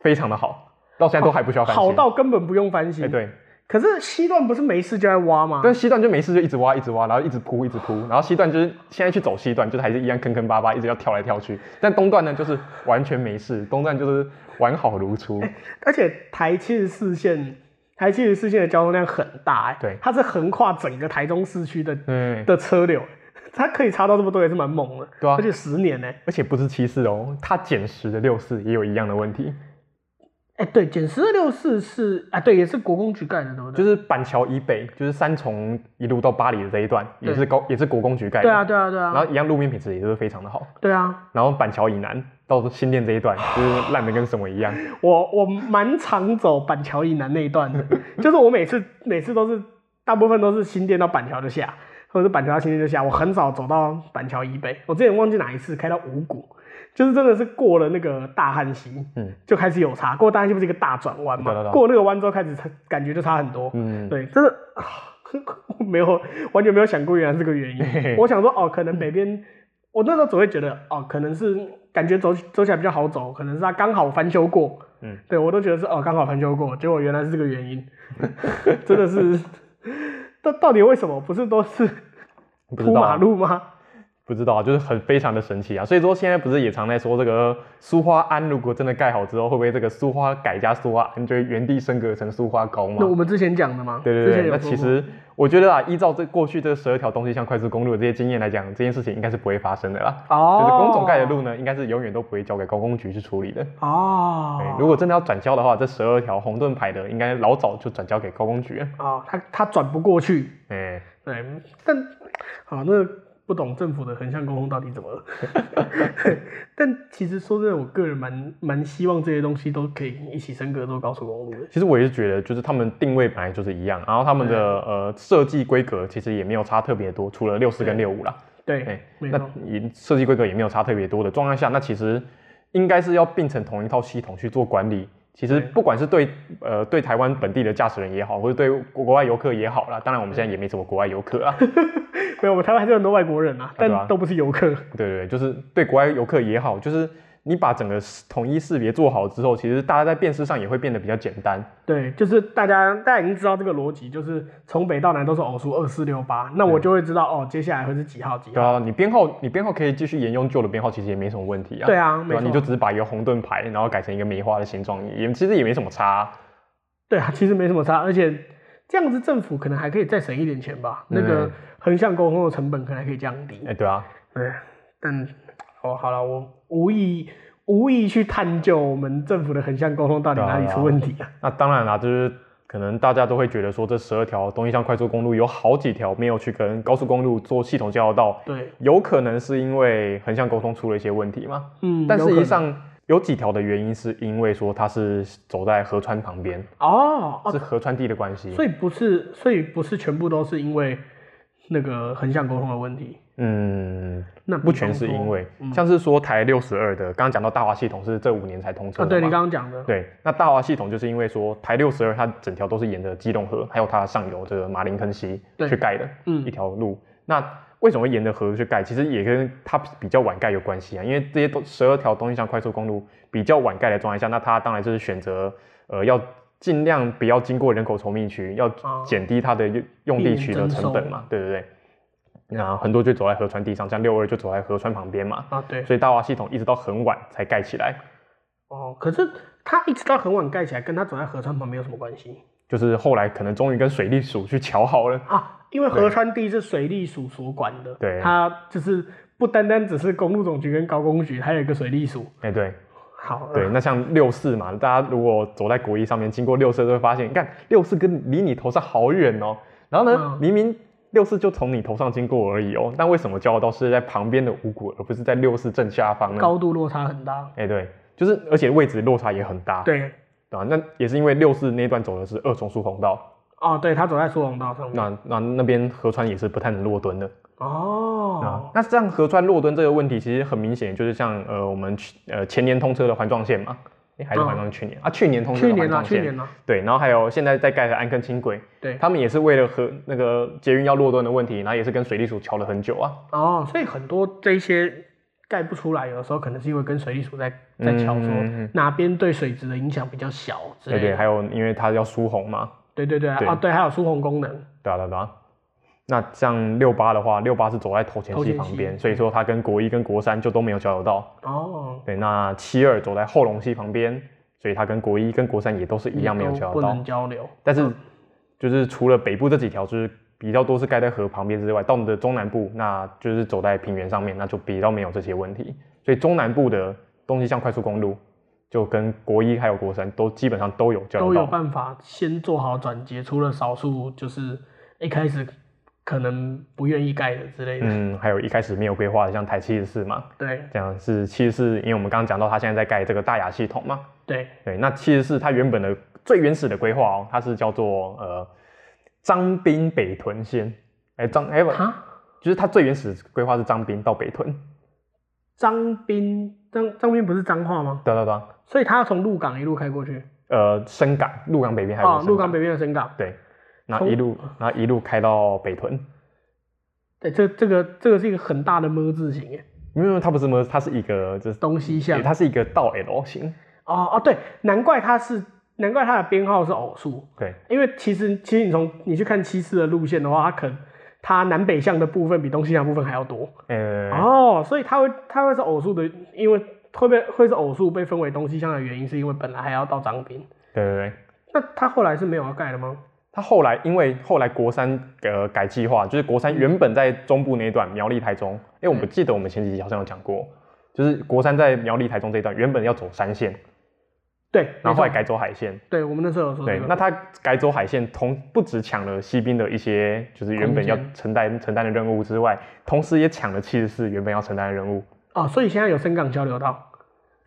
非常的好，到现在都还不需要翻新。
好到根本不用翻
哎、
新。
对，
可是西段不是没事就在挖吗？
但西段就没事就一直挖一直挖，然后一直铺一直铺， 然后西段就是现在去走西段就是还是一样坑坑巴巴，一直要跳来跳去。但东段呢就是 完全没事，东段就是完好如初。
而且台七十四线台七十四线的交通量很大、哎，
对
它是横跨整个台中市区的
对，
的车流，欸它可以查到这么多也是蛮猛的，
对啊
而且十年呢、哎
而且不是七四哦，它减十的六四也有一样的问题，
哎、对，减十二六四是啊，对，也是国工局盖的，对不对？
就是板桥以北，就是三重一路到巴黎的这一段，也是高也是国工局盖的，
对啊，对啊，对
然
啊，
后一样路面品质也是非常的好，
对啊，
然后板桥以南到新店这一段就是烂的跟什么一样，
我我蛮常走板桥以南那一段的，就是我每次每次都是大部分都是新店到板桥就下，或者是板桥到新店就下，我很少走到板桥以北。我之前忘记哪一次开到五股，就是真的是过了那个大汉溪，
嗯
就开始有差。过大汉溪不是一个大转弯
对对
嘛？
对
过那个弯之后开始差感觉就差很多。
嗯，
对，真的啊 我没有完全没有想过原来是个原
嘿嘿嗯
因。我想说哦，可能北边，我那时候只会觉得哦，可能是感觉走走起来比较好走，可能是它刚好翻修过。
嗯，
对我都觉得是哦，刚好翻修过，结果原来是这个原因， 真的是，到到底为什么不是都是
不知
铺
道
马
啊
路吗？
不知道啊，就是很非常的神奇啊，所以说现在不是也常在说这个苏花庵如果真的盖好之后，会不会这个苏花改加苏花庵就会原地升格成苏花高吗
那？我们之前讲的吗？
对
之
对
前
对，
有
那
说
其
过
实我觉得啊，依照这过去这十二条东西向快速公路的这些经验来讲，这件事情应该是不会发生的啦。
哦，
就是工总盖的路呢，应该是永远都不会交给高工局去处理的。
哦
对，，哎如果真的要转交的话，这十二条红盾牌的应该老早就转交给高工局了。
哦，他他转不过去，
哎、
对，但好，那不懂政府的横向沟通到底怎么 了。 但其实说真的，我个人蛮蛮希望这些东西都可以一起升格做高速公路的。
其实我也是觉得，就是他们定位本来就是一样，然后他们的呃设计规格其实也没有差特别多，除了六四跟六五啦，
对，
哎
没
那
错。
也设计规格也没有差特别多的状态下，那其实应该是要并成同一套系统去做管理。其实
对
不管是对呃对台湾本地的驾驶人也好，或者对国国外游客也好啦，当然我们现在也没什么国外游客啊，
没有，我们台湾还是有很多外国人啊，
对啊
但都不是游客。
对对，对，就是对国外游客也好，就是你把整个统一识别做好之后，其实大家在辨识上也会变得比较简单。
对，就是大家大家已经知道这个逻辑，就是从北到南都是偶数二四六八，那我就会知道哦，接下来会是几号几
对
号。
啊，你编号你编号可以继续沿用旧的编号，其实也没什么问题啊。
对啊，没
对啊，你
错
就。只是把一个红盾牌，然后改成一个梅花的形状，也其实也没什么差啊、
对啊，其实没什么差，而且这样子政府可能还可以再省一点钱吧，那
嗯
个横向沟通的成本可能还可以降低。
哎、对啊，
对，但哦，好了，我无意无意去探究我们政府的横向沟通到底哪
啊
里出问题 啊了。
那当然啦，就是可能大家都会觉得说，这十二条东西向快速公路有好几条没有去跟高速公路做系统交流道，
对，
有可能是因为横向沟通出了一些问题嘛。
嗯，
但
有
实
可
际
能
上有几条的原因是因为说它是走在河川旁边，
哦哦，
是河川地的关系。嗯
所以不是，所以不是全部都是因为那个横向沟通的问题。
嗯，
那
不全是因为，
嗯
像是说台六十二的，刚刚讲到大华系统是这五年才通车的
啊，
嘛。
对你刚刚讲的，
对，那大华系统就是因为说台六十二它整条都是沿着基隆河，还有它的上游这个马林坑溪
对
去盖的一
嗯，
条路。那为什么会沿着河去盖？其实也跟它比较晚盖有关系啊，因为这些都十二条东西向快速公路比较晚盖的状态下，那它当然就是选择呃要尽量不要经过人口稠密区，要
哦
减低它的用用地区的成本嘛，对不对？那很多就走在河川地上，像六二就走在河川旁边嘛，
啊对，
所以大华系统一直到很晚才盖起来。
哦，可是它一直到很晚盖起来，跟它走在河川旁边有什么关系
就是后来可能终于跟水利署去瞧好了。
啊？因为河川地是水利署所管的，
对
它就是不单单只是公路总局跟高工局，还有一个水利署。
哎、对
好，
对，那像六四嘛，大家如果走在国一上面经过六四，就会发现，看六四跟离你头上好远哦。然后呢，
嗯
明明六四就从你头上经过而已哦，但为什么交流道是在旁边的五股，而不是在六四正下方呢？
高度落差很大。
哎、对，就是而且位置落差也很大。
对，
对啊，那也是因为六四那段走的是二重疏洪道，
哦，对，他走在苏龙道上面。
那那那边河川也是不太能落墩的。啊
哦，，
那这样河川落墩这个问题，其实很明显，就是像呃我们去呃前年通车的环状线嘛，诶还是环状去年、啊，去年通车
去
的环
年
状
啦，嗯去
线，
年啊啦，
对，然后还有现在在盖的安坑轻轨，
对。
他们也是为了和那个捷运要落墩的问题，然后也是跟水利署瞧了很久啊，
哦，所以很多这一些盖不出来，有的时候可能是因为跟水利署在在
嗯
瞧说
嗯嗯
哪边对水质的影响比较小之
对
类
对，
的。
还有因为它要疏洪嘛，
对对对啊
对
啊，对，还有疏洪功能。
对啊对啊对啊。那像六八的话，六八是走在头前
头
溪
前
旁
溪
边，所以说它跟国一跟国三就都没有交流道。
哦，
对，那七二走在后龙溪旁边，所以它跟国一跟国三也都是一样没有
都
交
不
流道
能。交流。
但是就是除了北部这几条就是比较多是盖在河旁边之外，到我们的中南部，那就是走在平原上面，那就比较没有这些问题。所以中南部的东西向快速公路，就跟国一还有国三都基本上都有交
都
流
有
道。
办法先做好转接，除了少数就是一开始可能不愿意盖的之类的。
嗯，还有一开始没有规划的，像台七十四嘛，
对
这样是七十四，因为我们刚刚讲到它现在在盖这个大雅系统嘛，
对，
对，那七十四它原本的最原始的规划哦，它是叫做呃张滨北屯线，哎张哎不，
啊，
就是它最原始的规划是张滨到北屯，
张斌张张斌不是彰化吗？
对对对，
所以他要从鹿港一路开过去
呃深港鹿港北边还有
啊，
个深
鹿港北边的深港。
对，那
从
一路那一路开到北屯，
对，这这个这个是一个很大的么字形耶，
因为它不是么，它是一个就是
东西向
对。它是一个倒 L 型，
哦哦，对，难怪它是难怪它的编号是偶数，
对
因为其实其实你从你去看七四的路线的话，它可能它南北向的部分比东西向的部分还要多。
呃、
哦，所以它会它会是偶数的，因为会被会是偶数被分为东西向的原因，是因为本来还要到张滨，
对对对。
那它后来是没有要盖的吗？
它后来因为后来国三呃改计划，就是国三原本在中部那一段苗栗台中，因为我们记得我们前几集好像有讲过，就是国三在苗栗台中这一段原本要走山线，
对，
然后后来
没错
改走海线。
对我们那时候有说这
对，
个
那它改走海线，同不只抢了西滨的一些就是原本要
空间
承担承担的任务之外，同时也抢了七十四原本要承担的任务。
哦，所以现在有深港交流道，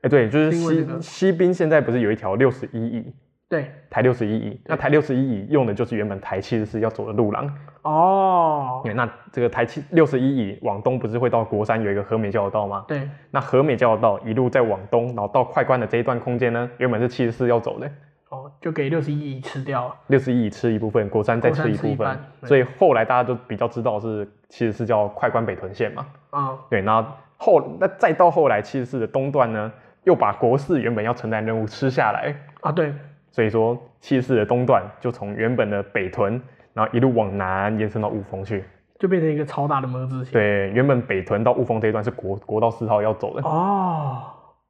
哎，对，就是
是因为
西
这个
西滨现在不是有一条六十一乙，
对，
台六十一乙，那台六十一乙用的就是原本台七十四要走的路廊。
哦，
对，那这个台七六十一乙往东不是会到国山有一个和美交流道吗？
对，
那和美交流道一路再往东，然后到快关的这一段空间呢，原本是七十四要走的，
哦，就给六十一亿吃掉了，
六十一乙吃一部分，国山再
国山
吃一
吃
部
一
分
半，对
所以后来大家都比较知道是七十四叫快关北屯线嘛。
啊、
对，那后那再到后来七十四的东段呢，又把国四原本要承担任务吃下来，
啊，对，
所以说七十四的东段就从原本的北屯，然后一路往南延伸到雾峰去。
就变成一个超大的么字形。
对，原本北屯到雾峰这一段是国国道四号要走的。
哦，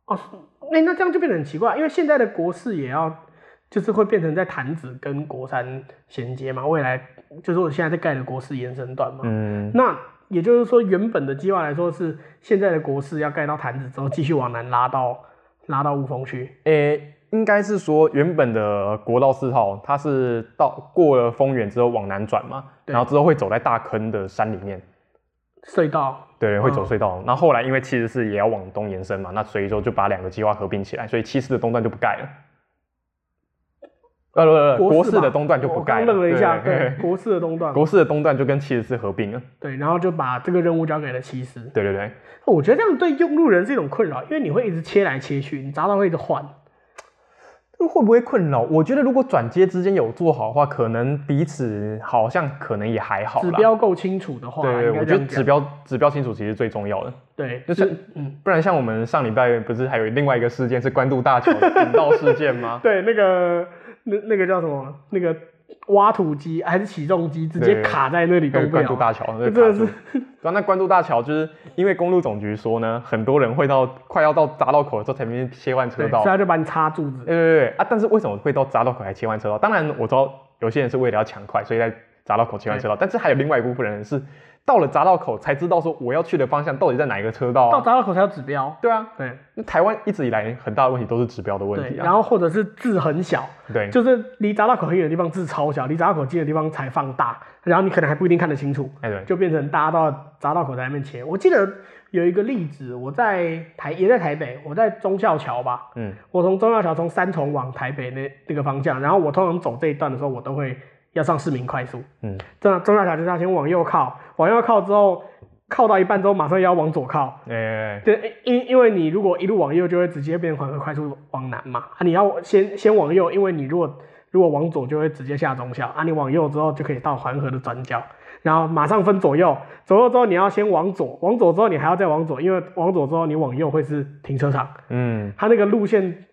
哦，那、那这样就变得很奇怪，因为现在的国四也要，就是会变成在潭子跟国三衔接嘛，未来就是我现在在盖的国四延伸段嘛。
嗯，
那也就是说，原本的计划来说是现在的国四要盖到潭子之后，继续往南拉到拉到雾峰去。
诶、应该是说原本的国道四号，它是到过了丰原之后往南转嘛，
对
然后之后会走在大坑的山里面，
隧道
对，会走
嗯
隧道。那、后来因为七十四也要往东延伸嘛，那所以说就把两个计划合并起来，所以七四的东段就不盖了。呃，不不不，国
国四
四
吧
的东段就不
我
盖
刚
了。
愣了一下，
对
对， 国四的东 段，
国四的东段就跟七十四合并了。
对，然后就把这个任务交给了七师。
对对对，
我觉得这样对用路人是一种困扰，因为你会一直切来切去，你匝道会一直换。
这会不会困扰？我觉得如果转接之间有做好的话，可能彼此好像可能也还好啦
指标够清楚的话，
对对，
应该
我觉
这样
得
讲
指标指标清楚其实最重要的，
对，
就是
嗯，
不然像我们上礼拜不是还有另外一个事件是关渡大桥的引道事件 吗？
对，那个那那个叫什么？那个挖土机还是起重机，直接
对
卡在那里
那
动
个
不
关渡
了。
大桥，那
这
个
真的
卡住
是。
对啊，那关渡大桥就是因为公路总局说呢，很多人会到快要到匝道口的时候才能切换车
对，啊
道
所以。他就把你插柱子。
对对对对啊！但是为什么会到匝道口还切换车道？当然我知道有些人是为了要抢快，所以在匝道口切换车道，但是还有另外一部分人是到了匝道口才知道说我要去的方向到底在哪一个车道、
到
啊。
匝道口才有指标。
对啊，
对
那台湾一直以来很大的问题都是指标的问
对，
题
然
啊。
后或者是字很小，
对，
就是离匝道口很远的地方字超小，离匝道口近的地方才放大，然后你可能还不一定看得清楚。
哎对，
就变成搭到匝道口在那边切。我记得有一个例子，我在台也在台北，我在忠孝桥吧，
嗯，
我从忠孝桥从三重往台北那那个方向，然后我通常走这一段的时候，我都会要上市民快速，
嗯，
这样忠孝桥就是要先往右靠，往右靠之后靠到一半之后，马上要往左靠。
哎哎，哎
对，因因为你如果一路往右，就会直接变缓和快速往南嘛。啊，你要先先往右，因为你如果如果往左，就会直接下中校。啊，你往右之后就可以到环河的转角，然后马上分左右。左右之后你要先往左，往左之后你还要再往左，因为往左之后你往右会是停车场。
嗯，
它那个路线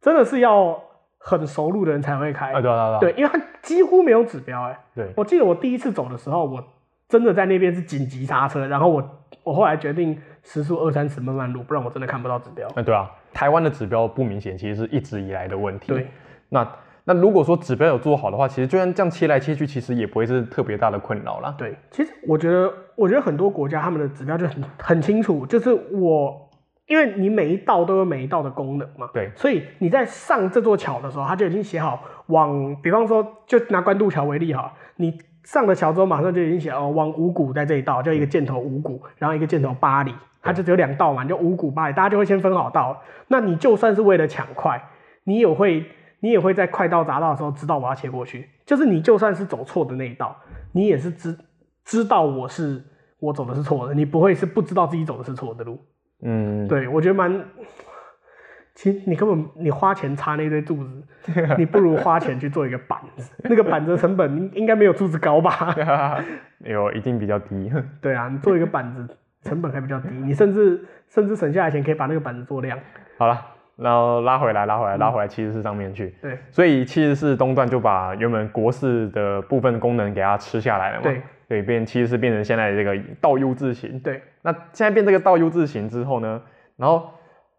真的是要很熟路的人才会开，
啊对啊对啊
对，因为它几乎没有指标哎、
对
我记得我第一次走的时候，我真的在那边是紧急刹车，然后我我后来决定时速二三十慢慢录，不然我真的看不到指标。
那对啊，台湾的指标不明显，其实是一直以来的问题。
对，
那那如果说指标有做好的话，其实就算这样切来切去，其实也不会是特别大的困扰啦。
对，其实我觉得，我觉得很多国家他们的指标就很很清楚，就是我，因为你每一道都有每一道的功能嘛，
对，
所以你在上这座桥的时候，它就已经写好往，比方说就拿关渡桥为例哈，你上了桥之后马上就已经写哦，往五股在这一道，就一个箭头五股，然后一个箭头巴黎，它就只有两道嘛，你就五股巴黎，大家就会先分好道。那你就算是为了抢快，你也会你也会在快到匝道的时候知道我要切过去，就是你就算是走错的那一道，你也是知知道我是我走的是错的，你不会是不知道自己走的是错的路。
嗯，
对我觉得蛮，其实你根本你花钱插那堆柱子， 你不如花钱去做一个板子，那个板子的成本应应该没有柱子高吧？
有一定比较低。
对啊，你做一个板子成本还比较低，你甚至甚至省下来钱可以把那个板子做亮。
好了，然后拉回来，拉回来，拉回来七十四上面去。
对
所以七十四东段就把原本国四的部分功能给它吃下来了嘛。
对，
对，变七十四变成现在这个倒 U 字形。
对
那现在变这个倒 U 字形之后呢，然后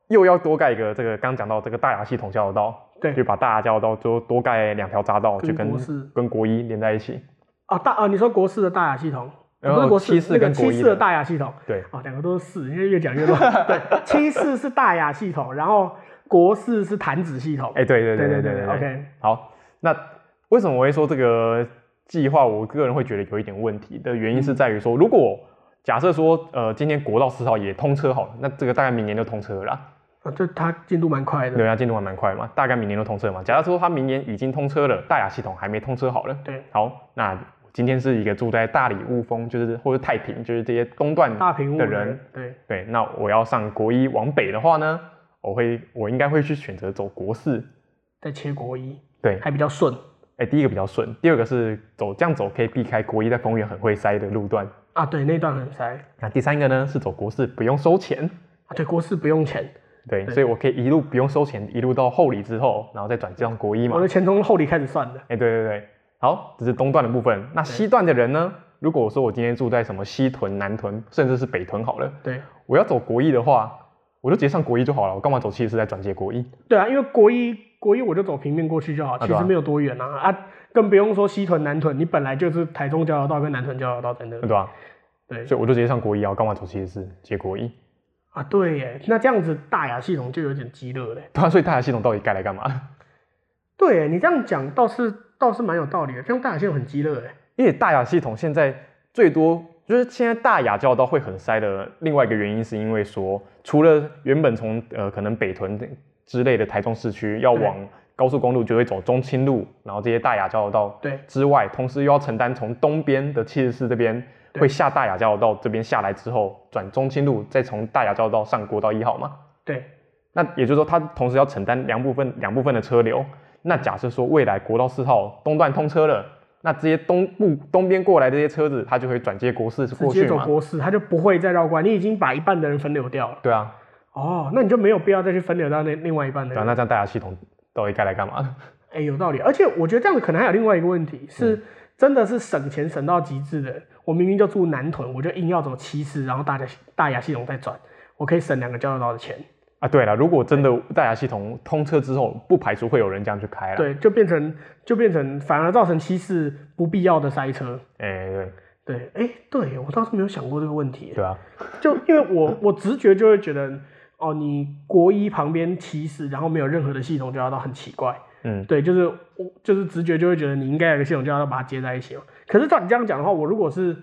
又要多盖一个这个刚讲到这个大雅系统交流道，就
对
把大雅交流道就多盖两条匝道，
跟
就跟
国四
跟国一连在一起。
啊大啊，你说国四的大雅系统，
然
不
后
是国四
哦七四
那个
跟国
七
一
四
的
的大雅系统。
对
啊，两个都是四，因为越讲越乱。对，七四是大雅系统，然后国四是弹指系统。
哎、对对
对
对
对
对
对
对。
，OK，
好，那为什么我会说这个计划，我个人会觉得有一点问题的原因是在于说，如果假设说，呃，今天国道四号也通车好了，那这个大概明年就通车了啦。
啊，这它进度蛮快的。
对啊，进度还蛮快嘛，大概明年就通车嘛。假设说它明年已经通车了，大雅系统还没通车好了。
对，
好，那今天是一个住在大理、雾峰，就是或者太平，就是这些东段
大屏幕
的人。，
对，
对，那我要上国一往北的话呢，我会我应该会去选择走国四。
在切国一
对，
还比较顺
哎，第一个比较顺，第二个是走这样走可以避开国一在丰原很会塞的路段。
啊。对，那段很塞
那第三个呢是走国四不用收钱，
啊。对，国四不用钱，
对，
对
所以我可以一路不用收钱，一路到后里之后，然后再转向国一嘛
我。的钱从后里开始算的。
哎，对对对，好，这是东段的部分。那西段的人呢？如果我说我今天住在什么西屯、南屯，甚至是北屯好了，
对，
我要走国一的话，我就直接上国一就好了，我干嘛走七十四再转接国一？
对啊，因为国一国一我就走平面过去就好，其
对
实
啊
没有多远啊啊，更不用说西屯南屯，你本来就是台中交流道跟南屯交流道在那
对
里。
吧？
对
所以我嗯就直接上国一啊，我干嘛走七十四接国一？
啊，对耶，那这样子大雅系统就有点鸡肋嘞。
对啊，所以大家系统到底该来干嘛？
对耶，你这样讲倒是倒是蛮有道理的，这样大雅系统很鸡肋哎。
因为大雅系统现在最多就是现在大雅交流道会很塞的另外一个原因，是因为说除了原本从呃可能北屯之类的台中市区要
对
往高速公路就会走中清路，然后这些大雅交流道呃
对
之外，同时又要承担从东边的七十四这边
对
会下大雅交流道这边下来之后转中清路，再从大雅交流道上国道一号嘛。
对，
那也就是说，它同时要承担两部分两部分的车流。那假设说未来国道四号东段通车了，那这些东部东边过来这些车子，它就会转接国四
直
过
接
去
走
嘛？
国四，它就不会再绕过来，你已经把一半的人分流掉了。
对啊，
哦，那你就没有必要再去分流到那另外一半的
对啊。
人。
那这样大家系统到底该来干嘛？
哎、有道理。而且我觉得这样子可能还有另外一个问题是，真的是省钱省到极致的人。我明明就住南屯，我就硬要走七四，然后大家大雅系统再转，我可以省两个交流道的钱。
啊，对了，如果真的大家系统通车之后，不排除会有人这样去开了。，
对，就变成就变成反而造成七四不必要的塞车。
哎，对，
对，哎、对我倒是没有想过这个问题耶。
对啊，
就因为我我直觉就会觉得，哦，你国一旁边七四，然后没有任何的系统交流道，很奇怪。
嗯，
对，就是我就是直觉就会觉得你应该有个系统交流道把它接在一起嘛。可是照你这样讲的话，我如果是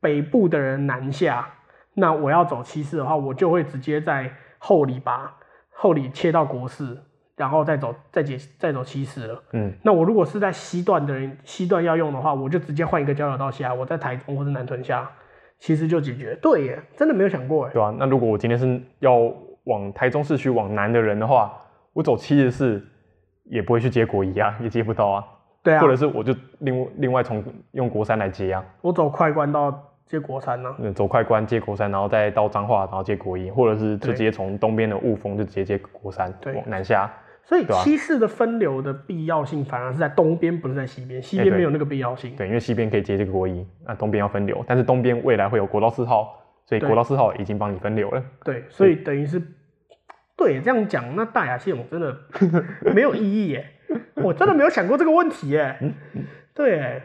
北部的人南下，那我要走七四的话，我就会直接在后里把后里切到国四，然后再走再解再走七四了。
嗯，
那我如果是在西段的人西段要用的话，我就直接换一个交流道下，我在台中或者南屯下，其实就解决。对耶，真的没有想过哎。
对啊。那如果我今天是要往台中市区往南的人的话，我走七十四也不会去接国一啊，也接不到啊。
对啊
或，者是我就另另外从用国三来接啊，
我走快关到接国三啊呢、
嗯，走快关接国三，然后再到彰化，然后接国一，或者是就
对
直接从东边的雾峰就直接接国三，
对
往南下。
所以
对啊
西式的分流的必要性反而是在东边，不是在西边。西
哎
边
对
没有那个必要性。
对，因为西边可以接这个国一，那东边要分流，但是东边未来会有国道四号，所以
对
国道四号已经帮你分流了。
对，所以等于是，对，这样讲，那大雅系统真的没有意义耶， 我真的没有想过这个问题耶。对，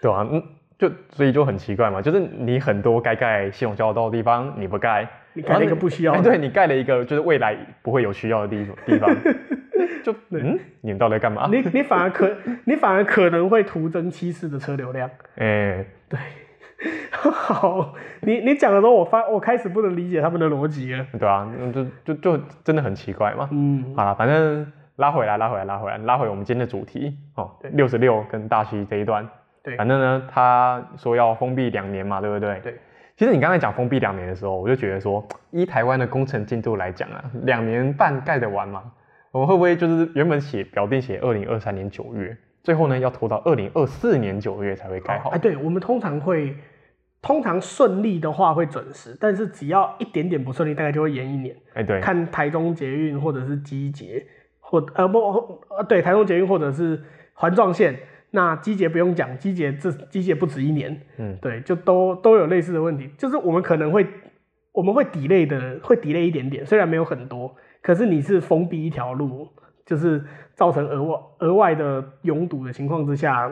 对啊，嗯，就所以就很奇怪嘛，就是你很多该盖系统交流道的地方你不盖，
你盖了一个不需要的
哎对你盖了一个就是未来不会有需要的地地 方，就嗯，你们到底在干嘛？
你你反而可， 你反而可能会徒增稀释的车流量。
哎、
好，你你讲的时候，我发我开始不能理解他们的逻辑了。
对啊，嗯就就就真的很奇怪嘛。
嗯，
好了，反正拉回来，拉回来，拉回来，拉回我们今天的主题哦，六十六跟大西这一段。
对
反正呢，他说要封闭两年嘛，对不对？
对。
其实你刚才讲封闭两年的时候，我就觉得说，依台湾的工程进度来讲啊，两年半盖得完嘛？我们会不会就是原本写表定写二零二三年九月，最后呢要拖到二零二四年九月才会盖好
哎，？对，我们通常会，通常顺利的话会准时，但是只要一点点不顺利，大概就会延一年。
哎，对，
看台中捷运或者是机捷，或呃不呃对台中捷运或者是环状线，那机捷不用讲，机捷这机捷不止一年，
嗯，
对，就都都有类似的问题，就是我们可能会我们会 delay 的会 delay 一点点，虽然没有很多，可是你是封闭一条路，就是造成额外额外的拥堵的情况之下，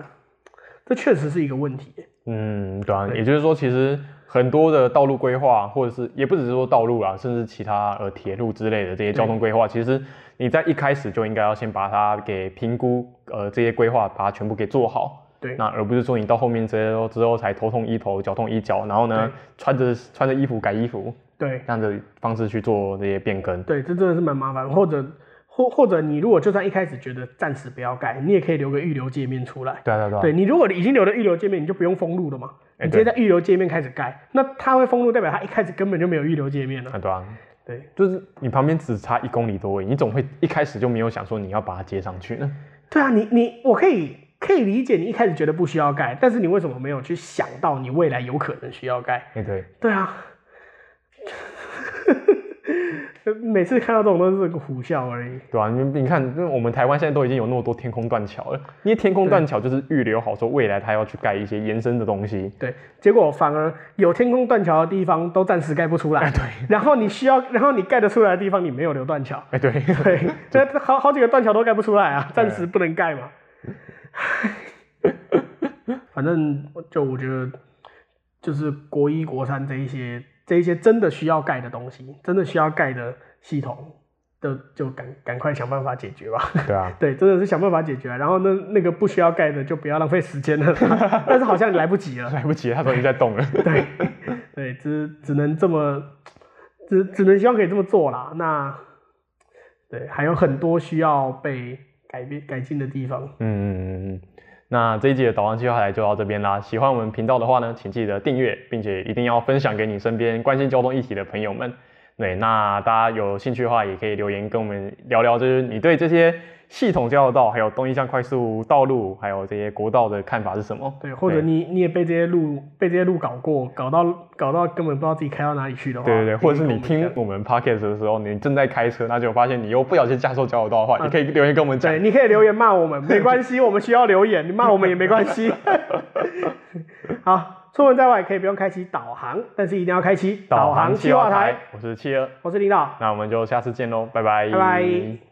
这确实是一个问题。
嗯，对啊，
对
也就是说，其实很多的道路规划，或者是也不只是说道路啦，甚至其他呃铁路之类的这些交通规划，其实你在一开始就应该要先把它给评估，呃，这些规划把它全部给做好。
对
那而不是说你到后面之后之后才头痛医头，脚痛医脚，然后呢穿着穿着衣服改衣服，
对
这样的方式去做这些变更。
对，这真的是蛮麻烦，或者或或者你如果就算一开始觉得暂时不要盖，你也可以留个预留界面出来。
对啊对啊对啊
对你如果已经留了预留界面，你就不用封路了嘛，
哎
你直接
对
在预留界面开始盖，那它会封路，代表它一开始根本就没有预留界面了。
啊对啊，
对，
就是你旁边只差一公里多而已，你总会一开始就没有想说你要把它接上去呢？
对啊，你你我可以可以理解你一开始觉得不需要盖，但是你为什么没有去想到你未来有可能需要盖？
哎对，
对啊， 每次看到这种都是个苦笑而已。
对啊，你你看，因为我们台湾现在都已经有那么多天空断桥了，因为天空断桥就是预留好说未来它要去盖一些延伸的东西。
对，结果反而有天空断桥的地方都暂时盖不出
啊哎
来。对，然后你需要，然后你盖得出来的地方你没有留断桥。
哎，对，
对，这好好几个断桥都盖不出来啊，暂时不能盖嘛。反正就我觉得，就是国一、国三这一些这一些真的需要盖的东西，真的需要盖的系统的，就赶赶快想办法解决吧。
对啊，
对，真的是想办法解决啊。然后那那个不需要盖的就不要浪费时间了，但是好像来不及了。
来不及了，它都已经在动了。
对，对，只只能这么，只只能希望可以这么做啦。那对，还有很多需要被改变改进的地方。
嗯嗯嗯嗯。那这一集的导航计划来就到这边啦。喜欢我们频道的话呢，请记得订阅，并且一定要分享给你身边关心交通议题的朋友们。对，那大家有兴趣的话，也可以留言跟我们聊聊，就是你对这些系统交流道、还有东西向快速道路、还有这些国道的看法是什么？
对，或者
哦对
你你也被这些路被这些路搞过，搞到搞到根本不知道自己开到哪里去的话，
对对对，或者是你
啊可以
听
跟
我们 podcast 的时候，你正在开车，那就发现你又不小心驾驶交流道的话，你可以留言跟我们
我
讲
啊们讲，对，。你可以留言骂我们，没关系，我们需要留言，你骂我们也没关系。 好，出门在外可以不用开启导航，但是一定要开启
导
航
航
计
计
划
划
台
台。，我是企鹅，
我是领导，
那我们就下次见喽，拜
拜拜。